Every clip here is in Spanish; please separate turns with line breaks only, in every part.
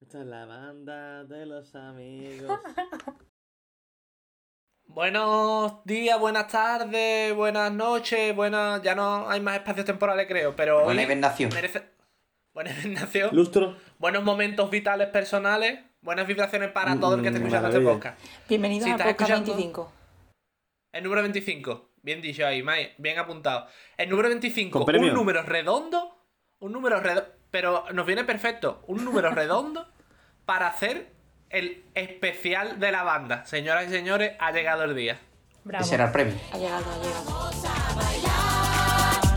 Esta es la banda de los amigos.
Buenos días, buenas tardes, buenas noches, buenas. Ya no hay más espacios temporales, creo, pero.
Buena
hoy
hibernación.
merece- Buena hibernación.
Lustro.
Buenos momentos vitales personales. Buenas vibraciones para todo el que esté
Mm,
escuchando este
maravilla.
podcast.
Bienvenidos
Sí,
a
estás
Podcast
escuchando.
25.
El número 25. Bien dicho ahí, Mai. Bien apuntado. El número 25.
Con premio.
Un número redondo. Un número redondo. Pero nos viene perfecto. Un número redondo para hacer el especial de la banda. Señoras y señores, ha llegado el día.
Bravo.
Ese era el premio.
Ha llegado, ha llegado.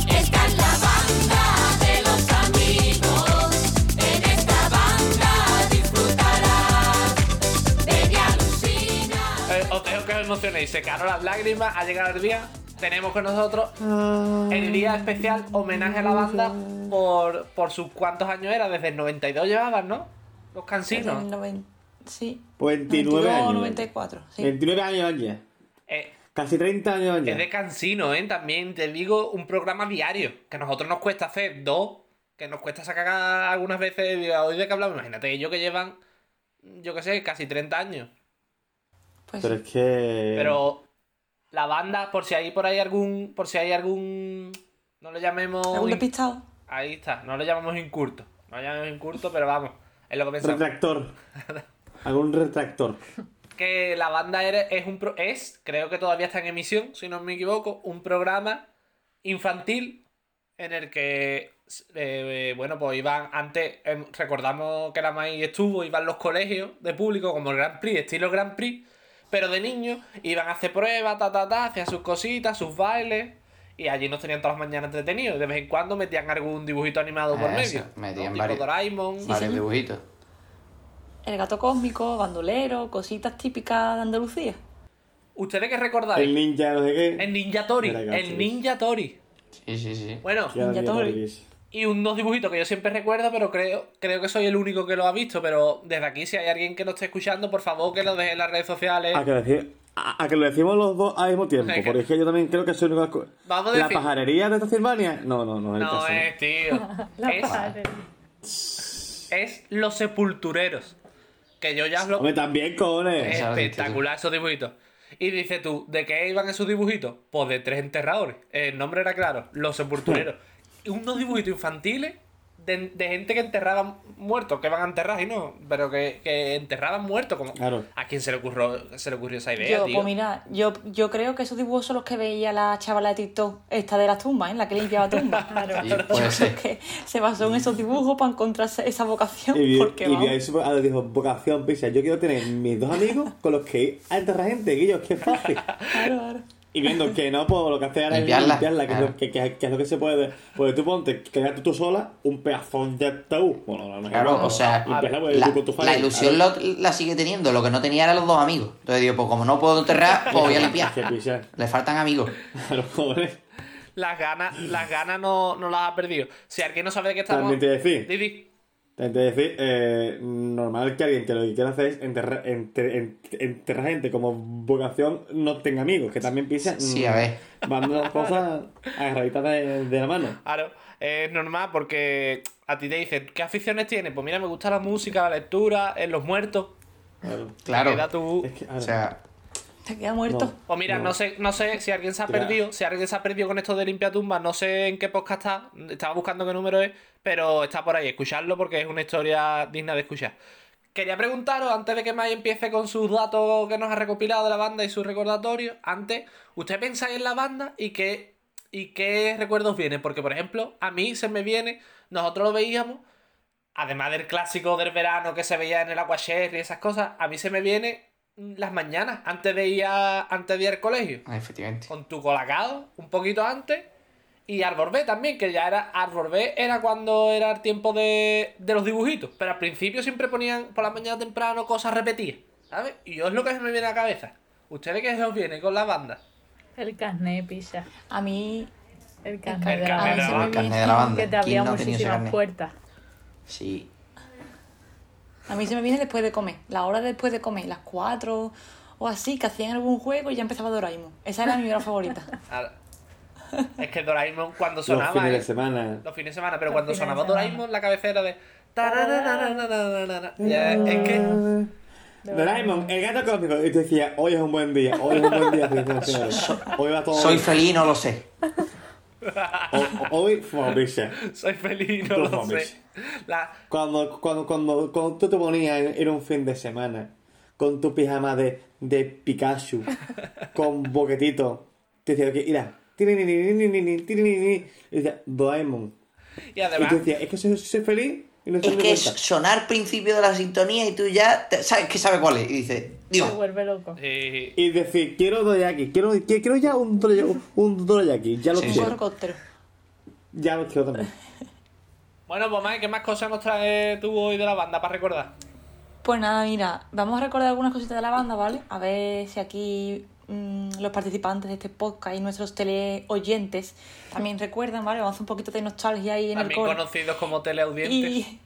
Esta es la banda de los amigos. En esta banda disfrutarás. Bebe alucina.
Eh, os dejo que os emocionéis. Secaron las lágrimas. Ha llegado el día. Tenemos con nosotros el día especial homenaje a la banda por, por sus cuántos años era. Desde el 92 llevaban, ¿no? Los cansinos.
Del noven- Sí.
29
o
Pues años.
94. Sí.
29 años van ya.
Eh,
Casi 30 años van ya.
Es de cansino, ¿eh? También te digo, un programa diario. Que a nosotros nos cuesta hacer dos. Que nos cuesta sacar algunas veces. digo, Hoy de qué hablamos. Imagínate, ellos que llevan, yo qué sé, casi 30 años.
Pues
Pero
sí.
es que.
Pero la banda, por si hay por ahí algún. Por si hay algún. No lo llamemos.
¿Algún
in-
despistado?
Ahí está, no lo llamamos incurto. No lo llamamos incurto, pero vamos. Es lo que pensamos.
Retractor. Algún retractor.
que la banda era, es un pro- es, creo que todavía está en emisión, si no me equivoco, un programa infantil en el que eh, bueno, pues iban antes em, recordamos que la maíz estuvo, iban los colegios de público como el Grand Prix, estilo Grand Prix, pero de niños iban a hacer pruebas, ta ta ta, hacían sus cositas, sus bailes y allí nos tenían todas las mañanas entretenidos, de vez en cuando metían algún dibujito animado por
Eso,
medio,
metían
Tipo
varios.
Doraemon,
Varios dibujitos.
El gato cósmico, bandolero, cositas típicas de Andalucía.
¿Ustedes qué recordáis?
El ninja, no sé qué.
El Ninja Tori,
Mira, gato,
el Ninja Tori.
Sí, sí, sí.
Bueno,
Ya
Ninja
había
Tori.
Toribis.
y unos dibujitos que yo siempre recuerdo, pero creo, creo que soy el único que lo ha visto. Pero desde aquí, si hay alguien que lo esté escuchando, por favor que lo deje en las redes sociales.
A que, lo deci- a- a que lo decimos los dos al mismo tiempo.
Venga.
Porque es que yo también creo que soy el único.
Vamos a
la
decir-
pajarería de Transilvania. No, no, no. es el
no
caso.
es, tío. es, es los sepultureros. Que yo ya os lo.
Hombre, también, cojones.
Eh. Esa la
Espectacular esos dibujitos. Y dice tú, ¿de qué iban esos dibujitos? Pues de tres enterradores. El nombre era claro, los sepultureros. Y unos dibujitos infantiles de, de gente que enterraban muertos, que van a enterrar y no, pero que, que enterraban muertos. Como...
Claro.
¿A quién se le ocurrió, se le ocurrió esa idea,
Yo,
tío?
pues mira, yo, yo creo que esos dibujos son los que veía la chavala de TikTok, esta de las tumbas, en la que limpiaba tumbas. claro.
Sí, puede ser.
que se basó en esos dibujos para encontrar esa- esa vocación.
Y vi,
porque,
y vi
vamos,
a eso, a- dijo, vocación, pizza. Yo quiero tener mis dos amigos con los que ir a enterrar gente, Guillo, qué fácil.
claro, claro.
Y viendo que no, pues lo que hace ahora es
Limpiarla.
limpiarla, que, es
Claro.
lo, que, que- que es lo que se puede. Porque tú ponte, quédate tú sola, un pedazón de ataúd. Bueno, no, no,
Claro,
no,
o sea,
limpiarla, pues,
la,
tú con tu
la
familia.
ilusión
A
lo- la sigue teniendo. Lo que no tenía eran los dos amigos. Entonces digo, pues como no puedo enterrar, pues voy a limpiar.
Que pisa.
Le faltan amigos.
ver, A los jóvenes.
Las ganas, las ganas no, no las ha perdido. Si alguien no sabe de qué estamos.
También te decir,
Didi,
también te decir, eh, normal que alguien que lo que quiera hacer es enterrar, enter- en- enterrar gente como vocación no tenga amigos, que también pisa.
Sí,
mm,
a ver.
Van las cosas agarraditas de, de la mano.
Claro, es normal porque a ti te dicen, ¿qué aficiones tienes? Pues mira, me gusta la música, la lectura, eh, los muertos.
Claro.
Te da
Claro.
tu-
Es que, a
O
ver,
sea,
Te queda muerto.
No.
O Pues mira, no.
No.
sé, no sé si alguien se ha
Claro.
perdido, si alguien se ha perdido con esto de limpia tumba, no sé en qué podcast está, estaba buscando qué número es, pero está por ahí, escucharlo porque es una historia digna de escuchar. Quería preguntaros, antes de que May empiece con sus datos que nos ha recopilado de la banda y su recordatorio, antes, ¿usted pensáis en la banda y qué, y qué recuerdos vienen? Porque, por ejemplo, a mí se me viene, nosotros lo veíamos, además del clásico del verano que se veía en el Aquasher y esas cosas, a mí se me viene las mañanas, antes de ir, a- antes de ir al colegio,
ah, efectivamente.
con tu colacao, un poquito antes, y Arbor B también, que ya era Arbor B era cuando era el tiempo de, de los dibujitos, pero al principio siempre ponían por la mañana temprano cosas repetidas, ¿sabes? Y yo es lo que se me viene a la cabeza. ¿Ustedes qué se os viene con la banda?
El carné, pilla.
A mí,
El
carné
carné
de
de
la
la
banda.
banda.
El
carné de la banda.
Que te
¿Quién
abría
no ha tenido ese
muchísimas
carné?
puertas.
Sí.
a mí se me viene después de comer, la hora después de comer, las 4 o así, que hacían algún juego y ya empezaba Doraemon. Esa era mi hora favorita.
Ahora- Es que Doraemon cuando
los
sonaba...
fines de
eh,
semana.
los fines de semana, pero
Los
cuando
fines de
sonaba
semana.
Doraemon, la cabecera de. ta, Tararararararara. Ya, es que.
Eh, Doraemon, el gato cósmico. Y te decía, hoy es un buen día, hoy es un buen día, señoras y señores. Hoy va todo
Soy
bien.
feliz, no lo sé.
O- o- Hoy fue bicha.
Soy feliz, no
Tú
lo
mames.
sé. La,
Cuando, cuando, cuando, cuando tú te ponías en, en un fin de semana con tu pijama de, de Pikachu, con boquetito, te decía, que mira, tirinininininin, tirininin, y decía, Doraemon.
y
Y
además,
te decía, es que soy, soy feliz y no estoy
Es
dando
que es
cuenta.
sonar principio de la sintonía y tú ya te- sabes que sabes cuál es. Y dices,
Me
digo,
vuelve loco.
eh,
Y decir, quiero dorayaki, quiero, qui- quiero ya un dorayaki, un dorayaki, ya lo
Sí.
Un
quiero,
gorgóptero.
ya lo quiero también.
bueno, pues Mike, ¿qué más cosas nos trae tú hoy de la banda para recordar?
Pues nada, mira, vamos a recordar algunas cositas de la banda, ¿vale? A ver si aquí mm, los participantes de este podcast y nuestros teleoyentes también recuerdan, ¿vale? Vamos a hacer un poquito de nostalgia ahí en
También
el core.
conocidos como teleaudientes.
Y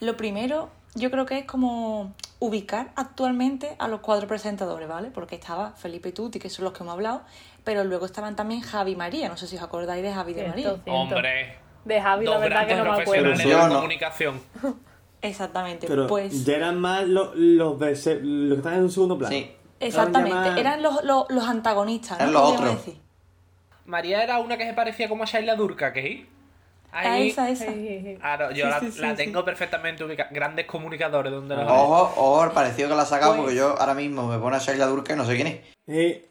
lo primero, yo creo que es como ubicar actualmente a los cuatro presentadores, ¿vale? Porque estaba Felipe y Tuti, que son los que hemos hablado, pero luego estaban también Javi y María, no sé si os acordáis de Javi y de
Cierto,
María.
cierto.
Hombre,
De Javi, la
dos
verdad que
grandes
no me acuerdo.
profesionales
Pero
de la
yo no.
comunicación.
Exactamente,
Pero
pues...
ya eran más los, los, de se- los que están en un segundo plano.
sí.
Exactamente,
Estaban ya más-
eran los, los, los antagonistas, ¿no?
Eran los
Podríamos
otros.
decir.
María era una que se parecía como a Shaila Durka, ¿qué? es?
Ah,
Ahí.
esa, esa.
Sí, sí, sí.
Claro, yo
Sí,
la,
sí, sí,
la
sí.
tengo perfectamente ubicada. Grandes comunicadores, donde los hay.
Ojo, ojo, pareció que la ha sacado
Pues-
porque yo ahora mismo me pone a Shaila Durka y no sé quién es.
Sí,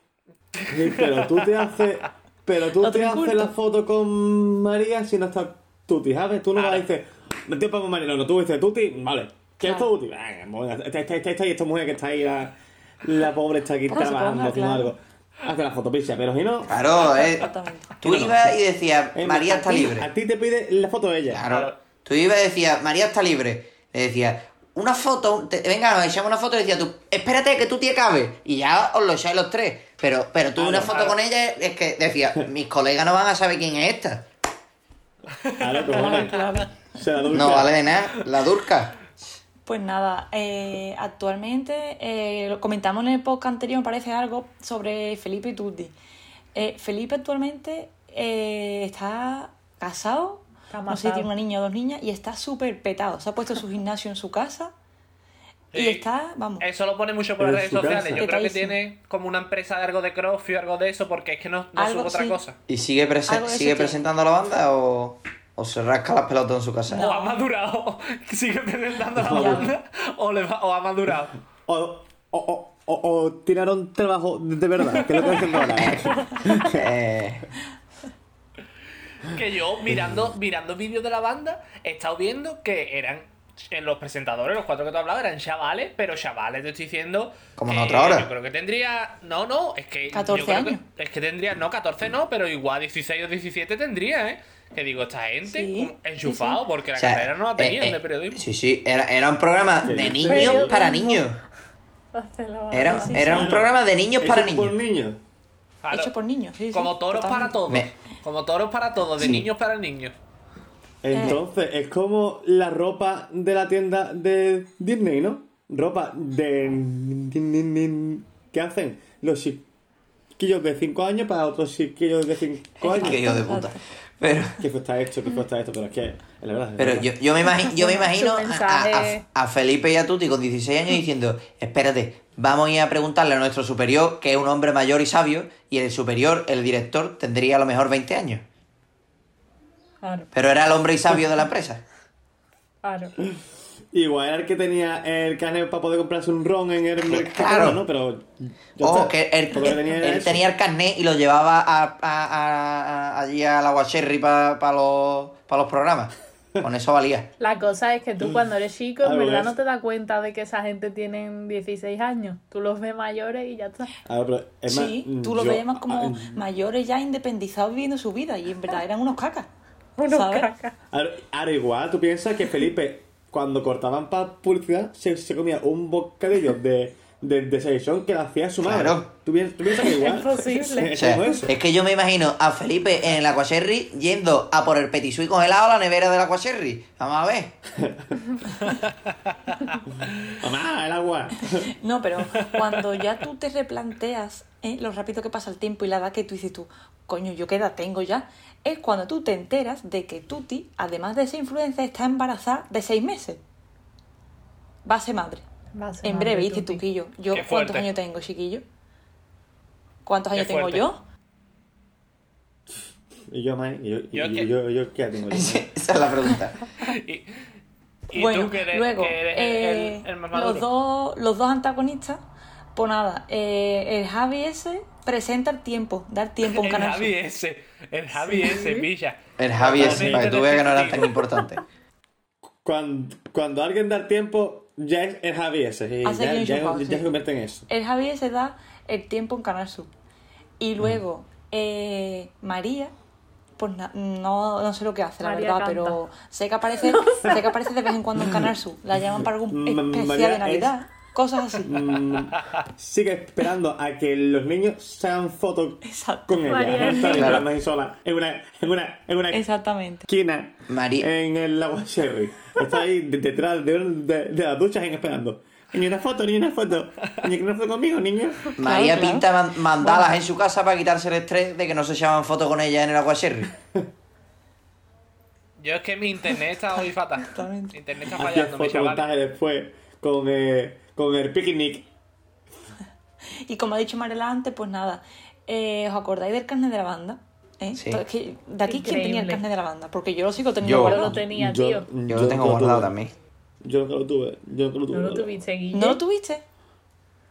sí, Eh, pero tú te haces, pero tú
Lo
te
tengo
haces
oculto.
la foto con María si no está Tuti, ¿sabes? Tú no
Claro.
vas a decir, me estoy para María, no, no, tú dices Tuti, vale. ¿Qué es
Claro.
Tuti? Venga, pues, este, bueno, esta, esta, esta, esta, y esta mujer que está ahí, la, la pobre está aquí
Por supuesto,
trabajando, haciendo
claro.
algo. Hace la foto, picha, pero si no,
Claro, eh.
Exactamente.
Tú ibas y decías,
eh,
María
a
está
ti-
libre.
A ti te pide la foto de ella.
Claro. Tú ibas y decías, María está libre. Le decías, una foto, te- venga, nos echamos una foto y decía tú, espérate que tú te acabes. Y ya os lo echáis los tres. Pero, pero tú
Claro,
una foto
claro.
con ella es que decía, mis colegas no van a saber quién es esta.
Claro, cojones. Se la dulce.
No vale de nada, la durca.
Pues nada, eh, actualmente eh, lo comentamos en el podcast anterior, me parece algo sobre Felipe y Tutti. Eh, Felipe actualmente eh, está casado,
Está
no sé si
matado.
tiene una niña o dos niñas, y está súper petado. Se ha puesto su gimnasio en su casa y
Sí.
está, vamos,
Eso lo pone mucho por
Pero
las
en
redes
su
sociales.
casa.
Yo creo que
Petadísimo.
tiene como una empresa de algo de crossfit, algo de eso, porque es que no, no
Algo,
sube otra
sí.
cosa.
¿Y sigue, prese-
Algo de ese
sigue
tipo.
presentando a la banda o, o se rasca las pelotas en su casa?
O ha madurado, sigue presentando la
No.
banda, o, le va- o ha madurado.
O, o, o, o, o tiraron trabajo de verdad, que lo estoy haciendo ahora.
Eh,
Que yo, mirando, mirando vídeos de la banda, he estado viendo que eran eh, los presentadores, los cuatro que tú hablabas, eran chavales, pero chavales, te estoy diciendo.
Como
que
nosotros ahora.
Yo creo que tendría. No, no, es que. yo
14
creo que-
años.
es que tendría. No, 14 no, pero igual 16 o 17 tendría, ¿eh? Que digo, esta gente
Sí,
como enchufado,
sí, sí.
porque la
o sea,
carrera no la
eh,
tenían
eh,
de periodismo.
Sí, sí, era, era un programa de niños
Periodismo.
para niños.
Hostia, la madre.
Era, era un programa de niños para
Eso Por
niños.
niños.
Claro,
hecho por niños. sí, sí,
como toros para
totalmente.
todos.
Me-
Como toros para todos, de
Sí.
niños para niños.
Eh.
Entonces, es como la ropa de la tienda de Disney, ¿no? Ropa de... ¿Qué hacen? Los chiquillos de 5 años para otros chiquillos de 5 años.
Qué hijo de puta. Pero...
¿Qué cuesta esto? ¿Qué cuesta esto? Pero es que, es la verdad. es
Pero
verdad.
yo, yo me imagino, yo me imagino a,
mensaje.
a- a Felipe y a Tuti con 16 años diciendo, espérate, vamos a ir a preguntarle a nuestro superior, que es un hombre mayor y sabio, y el superior, el director, tendría a lo mejor 20 años.
Claro,
Pero era el hombre y sabio de la empresa.
claro.
Igual era el que tenía el canal para poder comprarse un ron en el mercado,
Claro.
¿no? Pero... ya
Ojo,
está.
que él,
Todo lo que tenía
él-
era
él
eso.
tenía el carnet y lo llevaba a, a- a- a- allí al aguacherry para los, pa los programas. Con eso valía.
La cosa es que
Mm.
tú cuando eres chico, en
Algo
verdad
es.
no te das cuenta de que esa gente tiene 16 años. Tú los ves mayores y ya está.
A ver, pero es más,
Sí, tú los
mm, yo- ah,
veías más como
a-
mayores ya independizados viviendo su vida y en verdad eran unos cacas.
Unos
¿sabes?
cacas.
Ahora, ahora igual, tú piensas que Felipe, cuando cortaban para publicidad, se, se comía un bocadillo de, de, de selección que la hacía su madre.
Claro.
¿Tú, piensas, tú piensas que igual?
Es posible.
O
Es
sea,
como eso.
es que yo me imagino a Felipe en el Aquacherry yendo a por el petit suisse congelado a la nevera del Aquacherry. Vamos a ver.
Mamá, el agua.
No, pero cuando ya tú te replanteas ¿eh? lo rápido que pasa el tiempo y la edad que tú dices tú, coño, ¿yo qué edad tengo ya? Es cuando tú te enteras de que Tuti, además de ser influenza, está embarazada de seis meses. Va a ser madre.
Va a ser
en
madre,
breve, dices tú,
Tuti.
Quillo. Yo,
Qué
¿Cuántos
fuerte.
años tengo, chiquillo? ¿Cuántos
Qué
años tengo
fuerte.
yo?
Y yo, Mai, y yo, y-
Yo
y
que-
yo, yo, ¿qué tengo? yo, Mai?
Esa es la pregunta.
Y, y
bueno,
tú que eres,
luego,
que eres
eh,
el, el más maduro.
los, dos, los dos antagonistas, pues nada, eh, el Javi ese presenta el tiempo, dar tiempo a un
el
canal.
Javi ese, el Javi ese, pilla.
El Javi ese, para que tú veas que no era tan
Totalmente
importante.
Cuando, cuando alguien da el tiempo, ya es el Javi ese. y
Hace
ya,
bien
ya-
chupado,
ya
sí.
se convierte en eso.
El Javier se da el tiempo en Canal Sur. Y luego, eh, María, pues na- no, no sé lo que hace, la
María
verdad,
canta.
pero sé que, aparece, sé que aparece de vez en cuando en Canal Sur. La llaman para algún
Ma-
especial
María
de Navidad, cosas así.
Mm, sigue esperando a que los niños se hagan fotos
Exacto.
con ella.
María
no está
Ángeles.
esperando ahí sola. En una, en una, en una
Exactamente.
esquina
María-
en el lago Sherry. Está ahí de- detrás de, un- de- de las duchas en esperando. Ni una foto, ni una foto. Ni una foto conmigo, niño.
María
claro.
pinta man- mandalas en su casa para quitarse el estrés de que no se llevaban fotos con ella en el Aquacherry.
Yo es que mi internet está hoy fatal.
Exactamente.
Internet está
Hacía
fallando, mi chaval.
fotomontaje después con, eh, con el picnic.
Y como ha dicho Marela antes, pues nada, eh, ¿os acordáis del carnet de la banda? ¿Eh?
Sí.
Es que de aquí, ¿quién tenía el
Increíble.
carnet de la banda? Porque yo lo sigo teniendo
Yo.
Yo
guardado.
lo tenía, tío.
Yo lo tengo
nunca
guardado
tuve.
también.
Yo nunca lo tuve. Yo nunca lo tuve.
No lo tuviste, Guille.
¿No lo tuviste?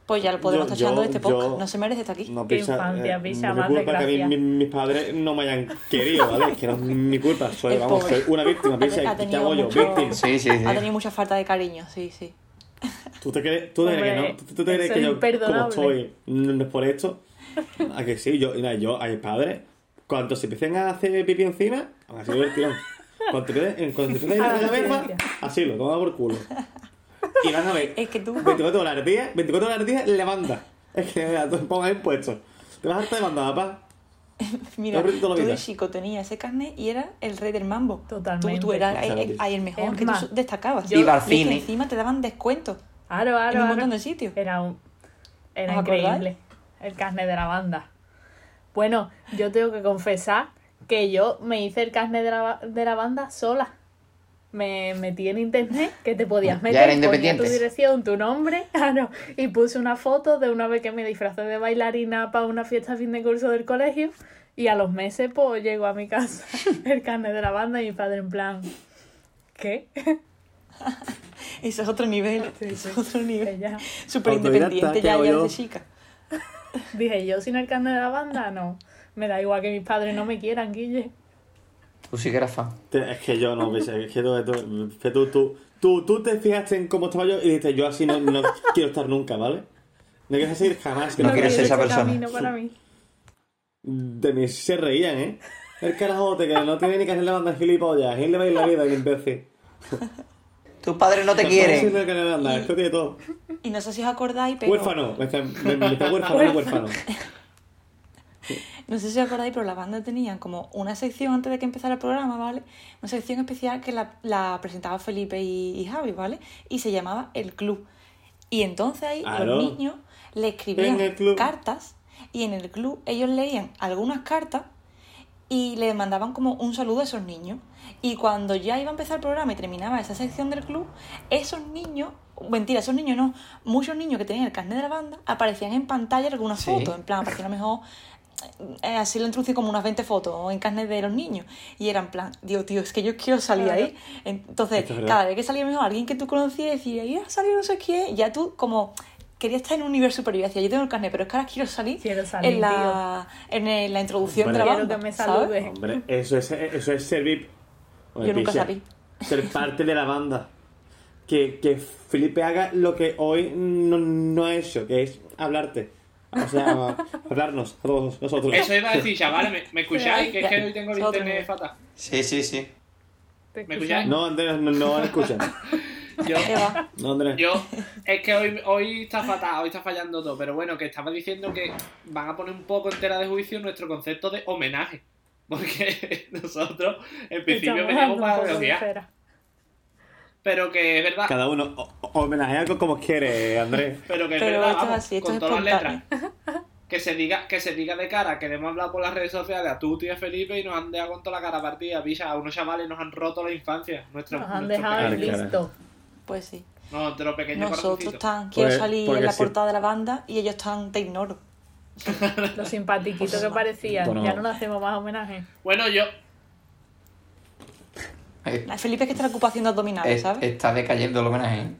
Pues ya lo podemos
Yo-
estar echando
yo-
de este podcast.
yo-
No se merece estar aquí.
No,
Qué
pisa,
infancia,
eh,
pisa,
no es
más
mi culpa que mi-
desgracia.
mi- mis padres no me hayan querido, ¿vale? Que no es mi culpa, soy,
El
vamos,
pobre.
soy una víctima,
Ha
pisa, ¿qué
tenido
hago yo?
mucho-
Víctima.
Sí, sí, sí.
Ha tenido mucha falta de cariño, sí, sí.
¿Tú te crees, tú te crees
Hombre,
que no? ¿Tú- ¿Tú te crees
eso
que
es
yo, como
imperdonable.
soy, no es por esto? ¿A que sí? Yo, mira, yo, a mis padres, cuando se empiecen a hacer pipi encima, van a seguir el tirón. Cuando te empiecen en- cuando te empiecen a ir
Ah,
la cabeza,
hostia.
así lo toma por culo. Y van a ver,
Es que tú-
24 horas al día, 24 horas al día, levanta. Es que, mira, tú pongas impuestos. Te vas a hartar de mandar, papá.
Mira,
Lo he visto
tú
la
de
vida.
chico tenías ese carnet y era el rey del mambo.
Totalmente.
Tú, tú eras
Claro que
ahí,
sí.
ahí el mejor,
Es
que tú
más,
su- destacabas.
yo-
Iba al
Y es que
cine.
encima te daban descuentos.
Aro, aro,
En un
aro.
montón de sitios.
Era, un, era
¿Os acordáis?
increíble. El carnet de la banda. Bueno, yo tengo que confesar que yo me hice el carnet de la, ba- de la banda sola. Me metí en internet que te podías
Ya
meter,
era
ponía
independiente.
tu dirección, tu nombre, claro, y puse una foto de una vez que me disfrazé de bailarina para una fiesta fin de curso del colegio y a los meses pues llego a mi casa el carnet de la banda y mi padre en plan, ¿qué?
Eso es otro nivel.
Sí,
Eso es
sí.
otro
Que
nivel.
ya-
Súper
Autodidacta,
independiente
¿qué
ya,
hago
ya
yo?
desde chica.
Dije, yo sin el carnet de la banda, no. Me da igual que mis padres no me quieran, Guille.
Tú sí que eras fan.
Te- Es que yo no, pisa, es que tú, tú- que tú, tú, tú, tú te fijaste en cómo estaba yo y dijiste, yo así no, no quiero estar nunca, ¿vale? No quiero seguir jamás.
No quiero
quieres
ser esa
ese
persona.
camino para mí.
De mí se reían, ¿eh? El carajote que no tiene ni que hacerle banda gilipollas. Y le veis la vida, el imbécil.
Tus padres no te quieren.
No que le banda, esto tiene todo.
Y no sé si os acordáis, pero...
Huérfano. Me está, me, me está huérfano, no huérfano.
No sé si os acordáis, pero la banda tenía como una sección antes de que empezara el programa, ¿vale? Una sección especial que la, la presentaba Felipe y, y Javi, ¿vale? Y se llamaba El Club. Y entonces ahí
Claro.
los niños le escribían
En el club.
cartas y en el club ellos leían algunas cartas y le mandaban como un saludo a esos niños. Y cuando ya iba a empezar el programa y terminaba esa sección del club, esos niños, mentira, esos niños no, muchos niños que tenían el carnet de la banda aparecían en pantalla en alguna
Sí.
foto, en plan, aparecían a lo mejor, eh, así lo introducí como unas 20 fotos en carnet de los niños. Y era en plan, Dios, tío, es que yo quiero salir ahí. Entonces,
Esto es verdad.
cada vez que salía mejor alguien que tú conocías, decía, ya salió no sé quién, ya tú como... Querías estar en un universo superior, y decía, yo tengo el carnet, pero es que ahora quiero salir,
Quiero salir,
en, la, en, eh, la introducción
Hombre.
de la
Quiero
banda,
que me
¿sabes?
saludes.
Hombre, eso es, eso es ser VIP.
Yo
picha,
nunca salí.
Ser parte de la banda. Que, que Felipe haga lo que hoy no, no ha hecho, que es hablarte. O sea, hablarnos a todos nosotros.
Eso iba a decir, chavales, ¿me, me escucháis? Que es que hoy tengo el
Otro
internet
nivel.
fatal.
Sí, sí, sí.
¿Te
¿Me escucháis?
No, Andrés, no, no escuchan.
Yo,
Eva.
No, Andrés.
yo, es que hoy, hoy está fatal, hoy está fallando todo, pero bueno, que estaba diciendo que van a poner un poco entera de juicio nuestro concepto de homenaje. Porque nosotros, en principio,
Estamos
veníamos
dando un
para
poco de
rodear.
cera.
Pero que es verdad,
Cada uno o- o- homenajea co- como quiere, Andrés.
pero que es
Pero
verdad,
esto es
vamos,
así, esto
con
es
todas las
espontáneo.
letras. Que se diga, que se diga de cara, que le hemos hablado por las redes sociales a tú, tía Felipe, y nos han dejado con toda la cara partida, picha, a unos chavales nos han roto la infancia, nuestro,
Nos han
nuestro
dejado
pecado.
en
pequeño-
Claro,
listo.
Pues sí.
no, nuestro pequeño
Nosotros
corazoncito.
tan quiero
Pues-
salir
porque
en la
sí.
portada de la banda y ellos tan te ignoro.
Lo simpatiquito que parecían.
Bueno.
Ya no le hacemos más homenaje.
Bueno, yo,
Eh,
La Felipe es que está ocupada haciendo abdominales,
es-
¿sabes?
Está decayendo el homenaje. ¿eh?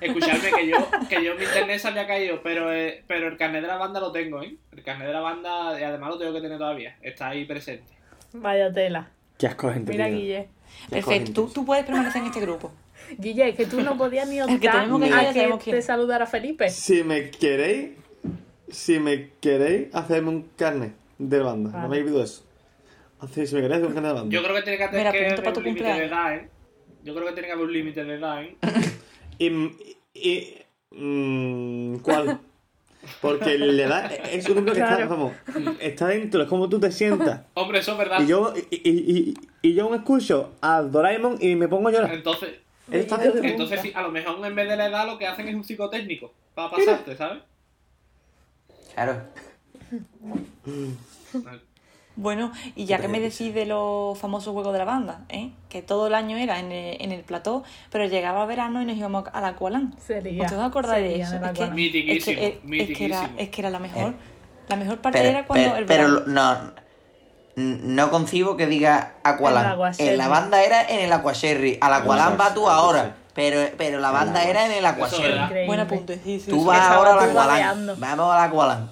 Escuchadme que yo, que yo mi internet se había caído, pero, eh, pero el carnet de la banda lo tengo, ¿eh? El carnet de la banda, y además lo tengo que tener todavía, está ahí presente.
Vaya tela.
Qué asco, gente.
Mira,
tío.
Guille.
Perfecto, tú, tú puedes permanecer en este grupo.
Guille, es que tú no podías ni
que
optar
tenemos que
a
callar,
que
tenemos que ir.
te saludara Felipe.
Si me queréis, si me queréis, hacedme un carne de banda. No me
Vale.
olvido eso. Haced- Si me queréis, hacedme un carne de banda.
Yo creo que tiene que haber
Mira,
que
apunto
haber
para tu
un límite de
cumpleaños.
edad, ¿eh? Yo creo que tiene que haber un límite de edad, ¿eh?
Y, y- mm, ¿Cuál? Porque la edad es un número que está,
Claro.
vamos, está dentro, es como tú te sientas.
Hombre, eso es verdad.
Y yo, y, y, y, y yo aún escucho a Doraemon y me pongo a llorar.
Entonces,
Está
Guille,
dentro.
entonces sí, a lo mejor en vez de la edad lo que hacen es un psicotécnico, para pasarte, ¿sabes?
Claro.
Bueno, y ya que me decís de los famosos juegos de la banda, ¿eh? que todo el año era en el, en el plató, pero llegaba verano y nos íbamos a la Coalán.
Sería.
¿Os acordáis de
sería
eso?
la
Es que,
Guarán.
es,
Mitiquísimo,
que, es- es que era,
mitiquísimo.
es que era la
Eh.
mejor. La mejor parte
Pero,
era cuando
pero-
el
pero
verano.
lo- no, no concibo que diga
En el
Aqualan.
Aquacherry.
En la banda era en el Aquacherry. Al Aqualan va tú ahora. Pero, pero la banda era en el
Eso
Aquacherry.
era.
Increíble.
Buen apunte, sí, sí.
Tú
sí.
vas
estaba
ahora al
tú
Aqualan.
babeando.
Vamos al Aqualan.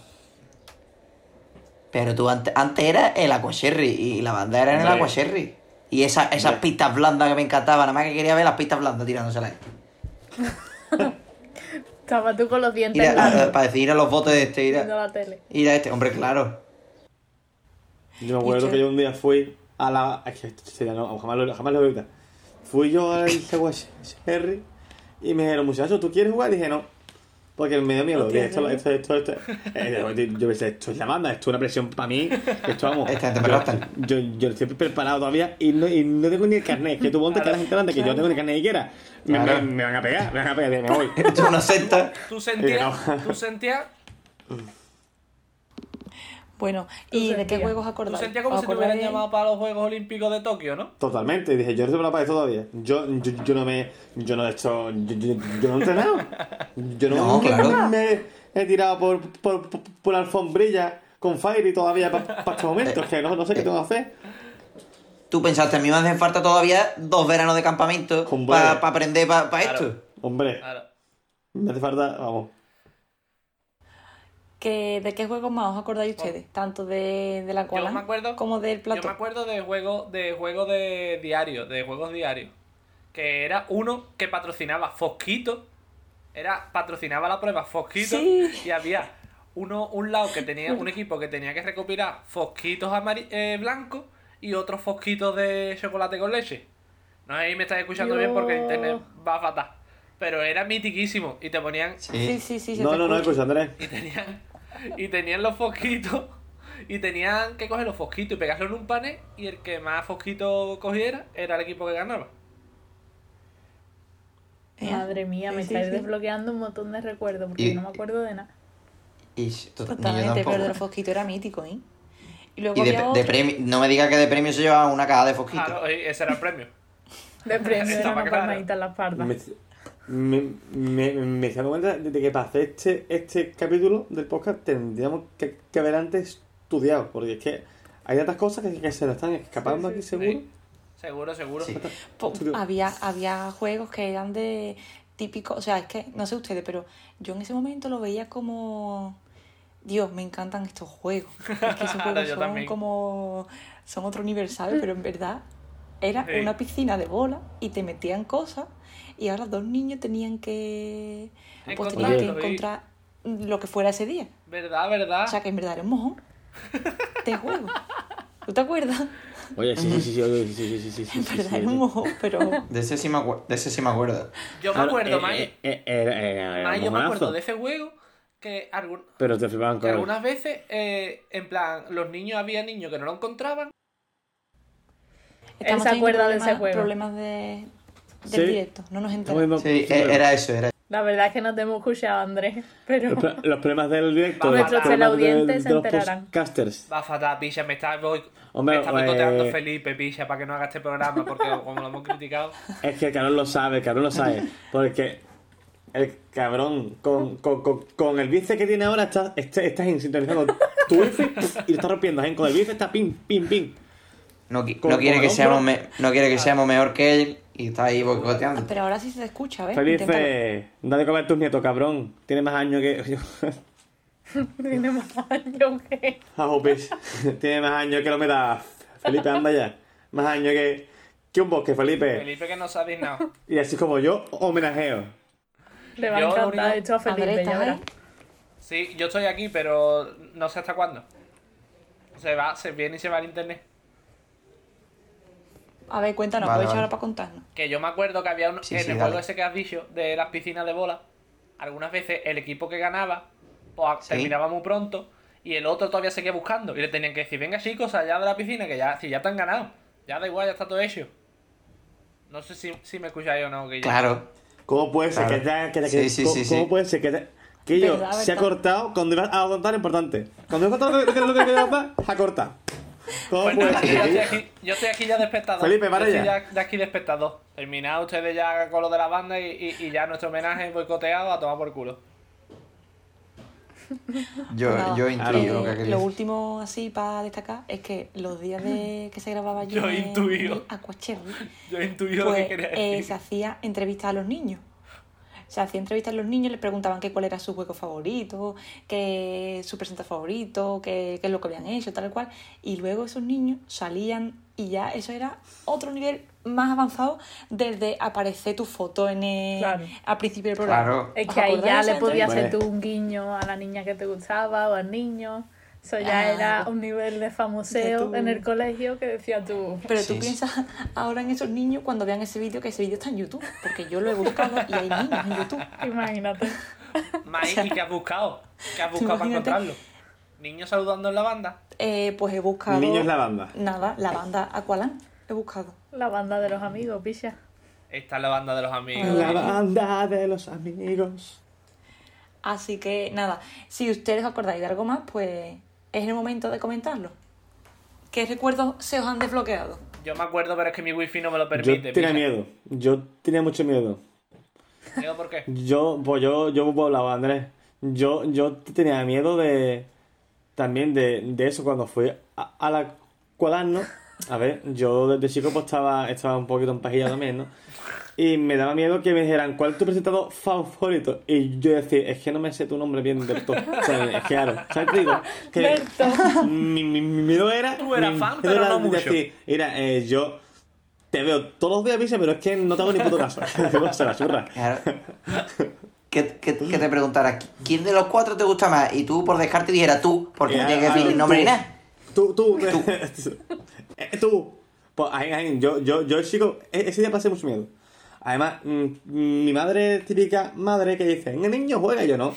Pero tú antes, antes era el Aquacherry y la banda era en el
Hombre.
Aquacherry. Y esa- esas pistas blandas que me encantaban, nada más que quería ver las pistas blandas tirándoselas.
Estaba tú con los
Ir
dientes
a-
largos
para decir ir a los botes de este, ir
viendo
a,
la tele.
ir a este. Hombre, claro.
Yo me acuerdo que yo un día fui a la. Es que esto sería- no, jamás lo, jamás lo voy a olvidar. Fui yo al Cherry y me dijeron, muchachos, ¿tú quieres jugar? Y dije, no. Porque me dio miedo. Dije, esto, esto, esto, esto. eh, Yo pensé, esto es la banda, esto es una presión para mí. Esto vamos.
Esta gente me
yo,
rota.
yo, yo estoy preparado todavía y no, y no tengo ni el carnet. Que tú ponte que la gente delante, que yo no tengo ni el carnet siquiera. Me, me,
Claro.
me van a pegar, me van a pegar, me voy.
Esto es una secta.
Tú sentías,
no.
tú sentías,
Bueno,
Tú
¿y de qué
sentías-
juegos
tú
acordáis?
sentías como
¿Os
si te hubieran
acordáis?
llamado para los Juegos Olímpicos de Tokio, ¿no?
Totalmente, dije, yo no estoy preparado para esto todavía. Yo, yo, yo no me. Yo no he hecho. Yo, yo- yo no he entrenado. Yo no,
No, claro.
me he tirado por, por, por, por la alfombrilla con Fire y todavía para estos momentos, que no, no sé qué tengo que hacer.
Tú pensaste, a mí me hacen falta todavía dos veranos de campamento
Con
para
verde.
aprender para
Claro.
esto.
Hombre,
Claro.
me hace falta. Vamos.
¿Que- ¿De qué juegos más os acordáis ustedes? Tanto de, de la
Yo me
Coalán
acuerdo,
como del
Yo
plató.
me acuerdo de juegos de juego de diario, de juegos diarios. Que era uno que patrocinaba Fosquito. Era, patrocinaba la prueba Fosquito.
Sí.
Y había uno, un lado que tenía, un equipo que tenía que recopilar fosquitos amari- eh, blancos y otros fosquitos de chocolate con leche. No sé si me estáis escuchando bien porque
Dios.
internet va fatal. Pero era mitiquísimo. Y te ponían
Sí, sí, sí. se
No,
te
no, no, escucha,
escucha.
Andrés.
y tenían, y tenían los fosquitos. Y tenían que coger los fosquitos y pegarlo en un panel. Y el que más fosquitos cogiera era el equipo que ganaba.
Eh,
Madre mía, me
sí, sí,
estáis
sí.
desbloqueando un montón de recuerdos porque
Y-
no me acuerdo de nada.
Y sh- to- ni yo
Totalmente, pero
tampoco.
el de los fosquitos era mítico, ¿eh? Y luego
Y de,
había
de
otro-
premio, no me digas que de premio se llevaba una caja de fosquitos.
Claro, oye, Ah, eh, ese era el premio.
De premio era
Estaba
una
claro.
palmadita en la espalda.
Me, me, me, me estoy dando cuenta de que para hacer este, este capítulo del podcast tendríamos que, que haber antes estudiado, porque es que hay tantas cosas que, que se nos están escapando aquí, seguro.
Sí. Seguro, seguro.
Sí.
po-
Estudio.
había, había juegos que eran de típico, o sea, es que no sé ustedes, pero yo en ese momento lo veía como Dios, me encantan estos juegos. Es que esos
Ahora
juegos
yo
son
también.
como son otro universal, pero en verdad era
Sí.
una piscina de bola y te metían cosas y ahora dos niños tenían que pues, tenían que
Encontrarlo, sí.
encontrar lo que fuera ese día.
¿Verdad, verdad?
O sea que en verdad era un mojón de juego. ¿Tú te acuerdas?
Oye, sí, sí, sí, sí, oye, sí, sí, sí, sí, sí,
En
sí,
verdad
sí,
era un
sí.
mojo, pero
De ese sí me, acuer- de ese sí me acuerdo.
Yo me
Claro,
acuerdo,
eh,
May,
eh, eh, era- era- era
May,
un
yo me acuerdo
mojonazo.
de ese juego que algún-
Pero te flipaban
Que
con él.
algunas veces, eh, en plan, los niños, había niños que no lo encontraban.
estamos
se
teniendo
acuerda de
problemas,
ese juego.
problemas de,
Sí.
del directo. No nos
Estamos
enteramos.
viendo-
Sí,
estamos
e-
viendo.
era eso, era
La verdad es que no te hemos escuchado, Andrés, pero
Los pro- Los problemas del directo.
Vamos,
los
nuestros
problemas
teleaudientes se
los
enterarán.
podcasters.
Va fatal, picha, me está, voy,
Hombre,
me está boicoteando
eh,
Felipe, picha, para que no haga este programa, porque como lo hemos criticado.
Es que el cabrón lo sabe, el cabrón lo sabe. Porque el cabrón, con, con, con, con el bice que tiene ahora, está- este, está- estás en sintonía con tu bice pf, y lo estás rompiendo. ¿eh? Con el bice está pim, pim, pim.
No, qui-
Con-
no quiere
con
que
el
seamos
hombro.
me- no quiere que seamos mejor que él y está ahí boicoteando.
Ah, Pero ahora sí se te escucha, ¿ves? Eh, Inténtalo.
Felipe, dale comer a tus nietos, cabrón. Tiene más años que.
tiene más años que...
A Hopis. Tiene más años que lo metas. Felipe, anda ya. Más años que. que un bosque, Felipe.
Felipe, que no sabéis nada.
Y así como yo homenajeo.
Le va a
Yo,
encantar
Oriol,
esto a
Andrés,
Felipe,
¿estás
ya verás.
ahí?
Sí, yo estoy aquí, pero no sé hasta cuándo. Se va, se viene y se va el internet.
A ver, cuéntanos,
Vale,
aprovecha
vale.
ahora para contarnos.
Que yo me acuerdo que había un,
Sí,
en
sí,
el
dale.
juego ese que has dicho de las piscinas de bola. Algunas veces el equipo que ganaba pues, a-
Sí.
terminaba muy pronto y el otro todavía seguía buscando. Y le tenían que decir, venga chicos, allá de la piscina, que ya, si ya te han ganado. Ya da igual, ya está todo hecho. No sé si, si me escucháis o no, que ya-
Claro.
¿Cómo puede ser
Claro.
que ya- que- que-
Sí, sí,
¿cómo,
sí, sí.
cómo puede ser que ya- que yo
Verdad,
se ha
verdad.
cortado cuando iba a contar lo importante? Cuando iba a contar lo que- lo que quería contar, se ha cortado. ¿Cómo
Pues
puede
nada, yo, estoy
ser?
aquí, yo estoy aquí ya de espectador.
eh. Felipe, para
Yo estoy
allá.
ya de aquí de espectador. Terminado ustedes ya con lo de la banda y, y- y ya nuestro homenaje boicoteado a tomar por culo.
Yo,
Nada,
yo
eh,
intuí lo que quería.
lo último así para destacar es que los días de que se grababa yo,
Yo
en
intuyo.
el Aquacherry,
Yo he intuido lo que
pues
quería
eh,
decir.
se hacía entrevistas a los niños. Se hacía entrevistas a los niños, les preguntaban que cuál era su juego favorito, que su presente favorito, que qué es lo que habían hecho, tal y cual. Y luego esos niños salían y ya eso era otro nivel más avanzado desde aparecer tu foto en el,
Claro.
al principio del programa.
Claro.
Es
¿Os
que ahí
acordáis de
ya
esa
le podías
entrevista?
hacer tú un guiño a la niña que te gustaba o al niño. Eso ya
Ah,
era
pues,
un nivel de famoseo
de tu-
en el colegio que decía tú.
Pero
Sí,
tú
sí.
piensas ahora en esos niños cuando vean ese vídeo, que ese vídeo está en YouTube, porque yo lo he buscado y hay niños en YouTube.
Imagínate.
Maíz, ¿y qué has buscado? ¿Qué has buscado para
Imagínate.
encontrarlo? Niño saludando en la banda.
Eh, pues he buscado...
Niños la banda.
Nada, la banda Aqualán he buscado.
La banda de los amigos, picha.
Está en la banda de los amigos.
La banda de los amigos.
Así que nada, si ustedes acordáis de algo más, pues es el momento de comentarlo. ¿Qué recuerdos se os han desbloqueado?
Yo me acuerdo, pero es que mi wifi no me lo
Yo
permite.
tenía
picha.
miedo. Yo tenía mucho miedo.
Miedo, ¿Por qué?
Yo, pues yo, yo pues hablaba, Andrés. Yo, yo tenía miedo de. También de, de eso cuando fui a, a la escuela, ¿no? A ver, yo desde chico pues estaba, estaba un poquito empajillado también, ¿no? Y me daba miedo que me dijeran, ¿cuál es tu presentador favorito? Y yo decía, es que no me sé tu nombre bien del todo. O sea, es que claro, ¿sabes? Te digo, que
Del todo.
mi, mi, mi miedo era...
Tú eras
mi
fan,
miedo
pero
era
no mucho.
decir, mira, eh, yo te veo todos los días, Pisa, pero es que no te hago ni puto caso. Se la churra.
Claro. Que, que- que te preguntara, ¿quién de los cuatro te gusta más? Y tú por descarte dijeras tú, porque no
Eh,
tienes que
ah,
decir
tú,
nombre ni nada.
Tú, tú, tú. Eh, tú. Pues, ay, ay, yo, yo, yo, chico, e- ese día pasé mucho miedo. Además, mm, mi madre, típica madre que dice, el niño juega, y yo no.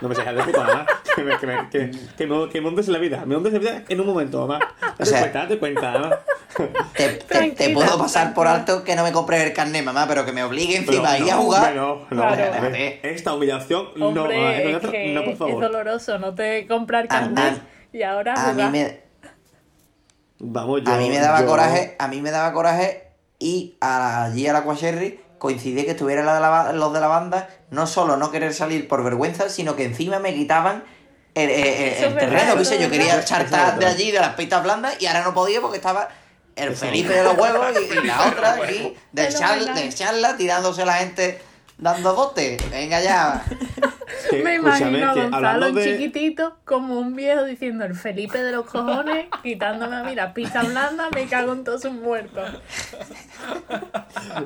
No me seas de puta, mamá. Que me, que me, que, que me, que me hundes en la vida. Me hundes en la vida en un momento, mamá. Date
O sea-
cuenta, date cuenta, mamá.
Te, te- te
Tranquila,
puedo pasar por
tranquila.
alto que no me compres el carnet, mamá, pero que me obligue
Pero
encima a ir a
no,
jugar.
hombre, No, no,
Claro.
hombre, Esta humillación, no,
Hombre,
mamá,
es
esta humillación,
que
no, por
es
favor.
doloroso no te comprar
A-
carnet
a-
y ahora
A mí
jugar.
me,
Vamos, yo.
a mí me daba
yo-
coraje, a mí me daba coraje y a- allí a la Quacherry coincidía que estuviera la de la ba- los de la banda, no solo no querer salir por vergüenza, sino que encima me quitaban el, el- el-
Eso es
el
verdad,
terreno,
eso
que
es
yo
verdad.
quería
Eso es
chartar de
verdad.
allí, de las pistas blandas, y ahora no podía porque estaba el
Eso es
Felipe de los huevos y, y la otra aquí,
De
del
los
charla,
bailarines.
del charla, tirándose la gente dando bote. Venga ya.
que, escúchame,
Me imagino a
que
Gonzalo
hablando
en
de-
chiquitito como un viejo diciendo el Felipe de los cojones, quitándome a mí la pizza blanda, me cago en todos sus muertos.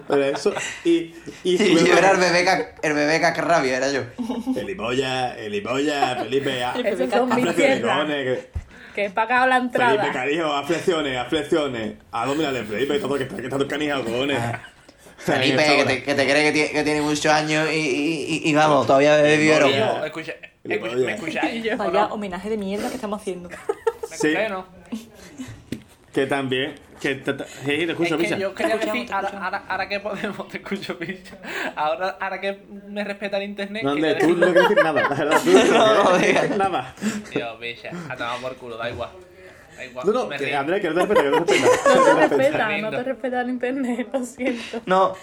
Pero eso, y, y,
Y
luego-
yo era el bebé, ca- el bebé cacarrabia, era yo.
Elipolla, Elipolla, Felipe, a-
El
Esos
Felipe
son
Caca.
mis
Habla de
tierras.
cojones, que-
que he pagado la entrada.
Felipe, cariño, haz flexiones, haz flexiones. A dominarle, Felipe, todo que está, que está tu canija, cojones.
Ah. Felipe, que te, que te cree que tiene, que tiene muchos años y, y, y- y vamos, todavía bebe
Yo,
vivero.
Oye.
escucha,
Oye.
escucha- ¿me escucháis? ¿O
Vaya
no? ¿Me
homenaje de mierda que estamos haciendo.
Sí,
escucháis o no?
que también. Que ta- ta- sí, te escucho,
Es que
Misha.
yo quería
Te escuchamos,
decir,
te
ahora,
escuchamos.
ahora- ahora que podemos, te escucho, picha. Ahora, ahora que me respeta el internet.
No, Ander,
quería
tú no
decir-
quieres decir nada, la verdad. Tú no
No, no,
quieres decir
diga.
nada.
Tío, picha, ha tomado por culo, da igual. Da igual.
No, no,
me
que,
río.
Andrea, que no te respeta, que no te
No te
respeta.
respeta, no te respeta el internet, lo siento.
No,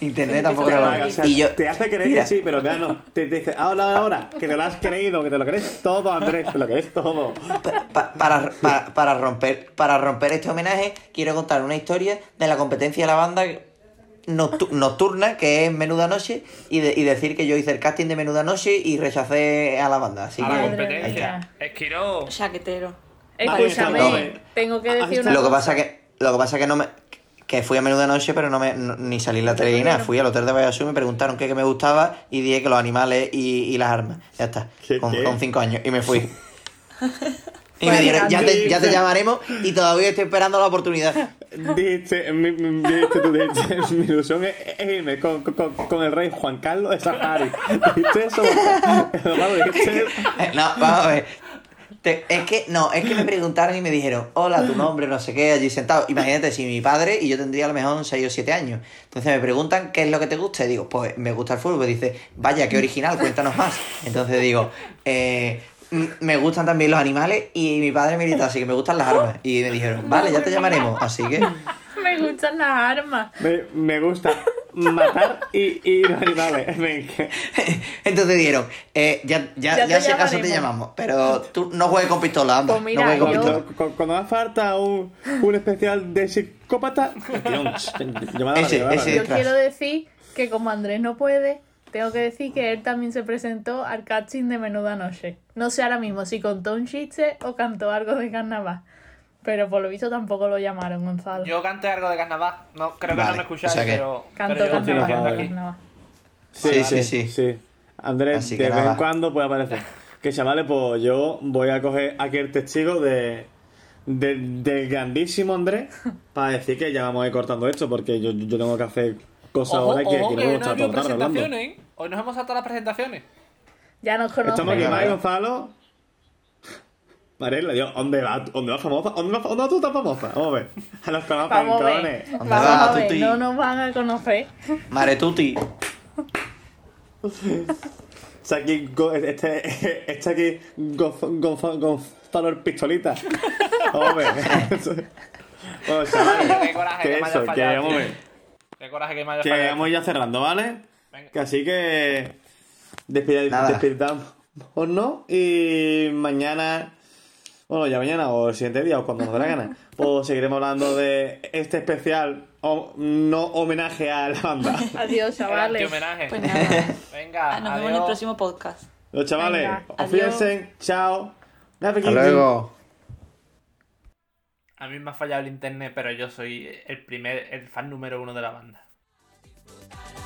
internet tampoco
Te
era lo
haga, o sea,
mismo. Y yo,
Te hace creer
mira,
que sí, pero mira, no. Te, te dice, "Ah, ahora, ahora, que te lo has creído, que te lo crees todo, Andrés, te lo crees todo.
pa- pa- para, pa- para romper, para romper este homenaje, quiero contar una historia de la competencia de la banda noctu- nocturna, que es Menuda Noche, y, de- y decir que yo hice el casting de Menuda Noche y rechacé a la banda. Así
A la
Madre
que,
competencia.
mía.
Esquiro.
Chaquetero.
Vale, ah,
Escúchame, tengo que decir una
lo que
cosa.
pasa que, lo que pasa que no me que fui a Menuda Noche, pero no me no- ni salí en la tele ni nada. Fui al hotel de Bayasú, me preguntaron qué, qué me gustaba y dije que los animales y, y las armas. Ya está.
¿Qué,
Con,
qué?
con cinco años. Y me fui. Y
Pues
me dijeron, ya te,
grande.
ya te llamaremos y todavía estoy esperando la oportunidad.
Dijiste, mi, mi- dijiste tú, dijiste, mi ilusión es, es irme con, con, con el rey Juan Carlos de Safari. Dijiste eso, Eduardo, dijiste.
Eh, No, vamos a ver. Te- es que, no, es que me preguntaron y me dijeron, hola, tu nombre, no sé qué, allí sentado. Imagínate si mi padre y yo tendría a lo mejor 6 o 7 años. Entonces me preguntan, ¿qué es lo que te gusta? Y digo, pues me gusta el fútbol. Y dice, vaya, qué original, cuéntanos más. Entonces digo, eh, m- me gustan también los animales y mi padre militar, así que me gustan las armas. Y me dijeron, vale, ya te llamaremos. Así que,
Me gustan las armas.
Me, me gusta matar y, y los animales. Me enc-
entonces dijeron, eh, ya, ya,
Ya
ya,
te
si acaso te
llamaremos.
llamamos, pero tú no juegues con pistola, anda.
Pues mira,
no juegues con
yo-
pistola.
Cuando, cu- cuando haga falta un, un especial de psicópata. Llamada
Ese, ese.
Yo
detrás.
quiero decir que como Andrés no puede, tengo que decir que él también se presentó al casting de Menuda Noche. No sé ahora mismo si contó un chiste o cantó algo de carnaval. Pero por lo visto tampoco lo llamaron, Gonzalo.
Yo canté algo de carnaval. No, creo que
Vale,
no me escucháis,
o sea que-
pero.
Cantó
pero yo estoy
carnaval,
haciendo
Vale.
aquí.
carnaval.
Sí, sí, sí.
Andrés,
Así que
de vez en
nada.
cuando puede aparecer. Que chavales, pues yo voy a coger aquí el testigo de, de- del grandísimo Andrés para decir que ya vamos a ir cortando esto porque yo, yo tengo que hacer cosas
Ojo,
ahora que,
ojo,
que
que
no
hoy
me
no ha
gusta
habido
todo tarde hablando.
presentaciones, ¿eh? Hoy nos hemos saltado las presentaciones.
Ya nos
Estamos aquí,
conoce.
Venga,
Mari
venga.
Gonzalo. Mariela, Dios, ¿dónde vas? ¿Dónde vas famosa? ¿Dónde vas dónde vas tú tan famosa? Vamos a ver. A los conozcan,
Vamos a
cabrones.
ver,
Anda,
vamos
va,
a ver,
Tuti.
no nos van a conocer.
Maretuti.
Está aquí, Go- este, está aquí Gonz- Gonz- Gonzalo el pistolita. Hombre. bueno, chavales,
Qué coraje,
que
que me haya
eso, que
fallado,
vamos,
tío.
a ver,
Qué coraje que me haya
que
fallado.
vamos ya cerrando, ¿vale?
Venga.
Que así que despida-
Nada.
despidamos o no y mañana, bueno, ya mañana o el siguiente día o cuando nos dé la gana, pues seguiremos hablando de este especial o- no homenaje a la banda.
Adiós,
Qué grande
chavales.
homenaje.
Pues nada, Ah,
Venga,
nos vemos en el
Ah, adiós.
próximo podcast.
Los chavales,
Venga,
os fíjense, chao.
Hasta luego.
A mí me ha fallado el internet, pero yo soy el primer, el fan número uno de la banda.
Disfrutarás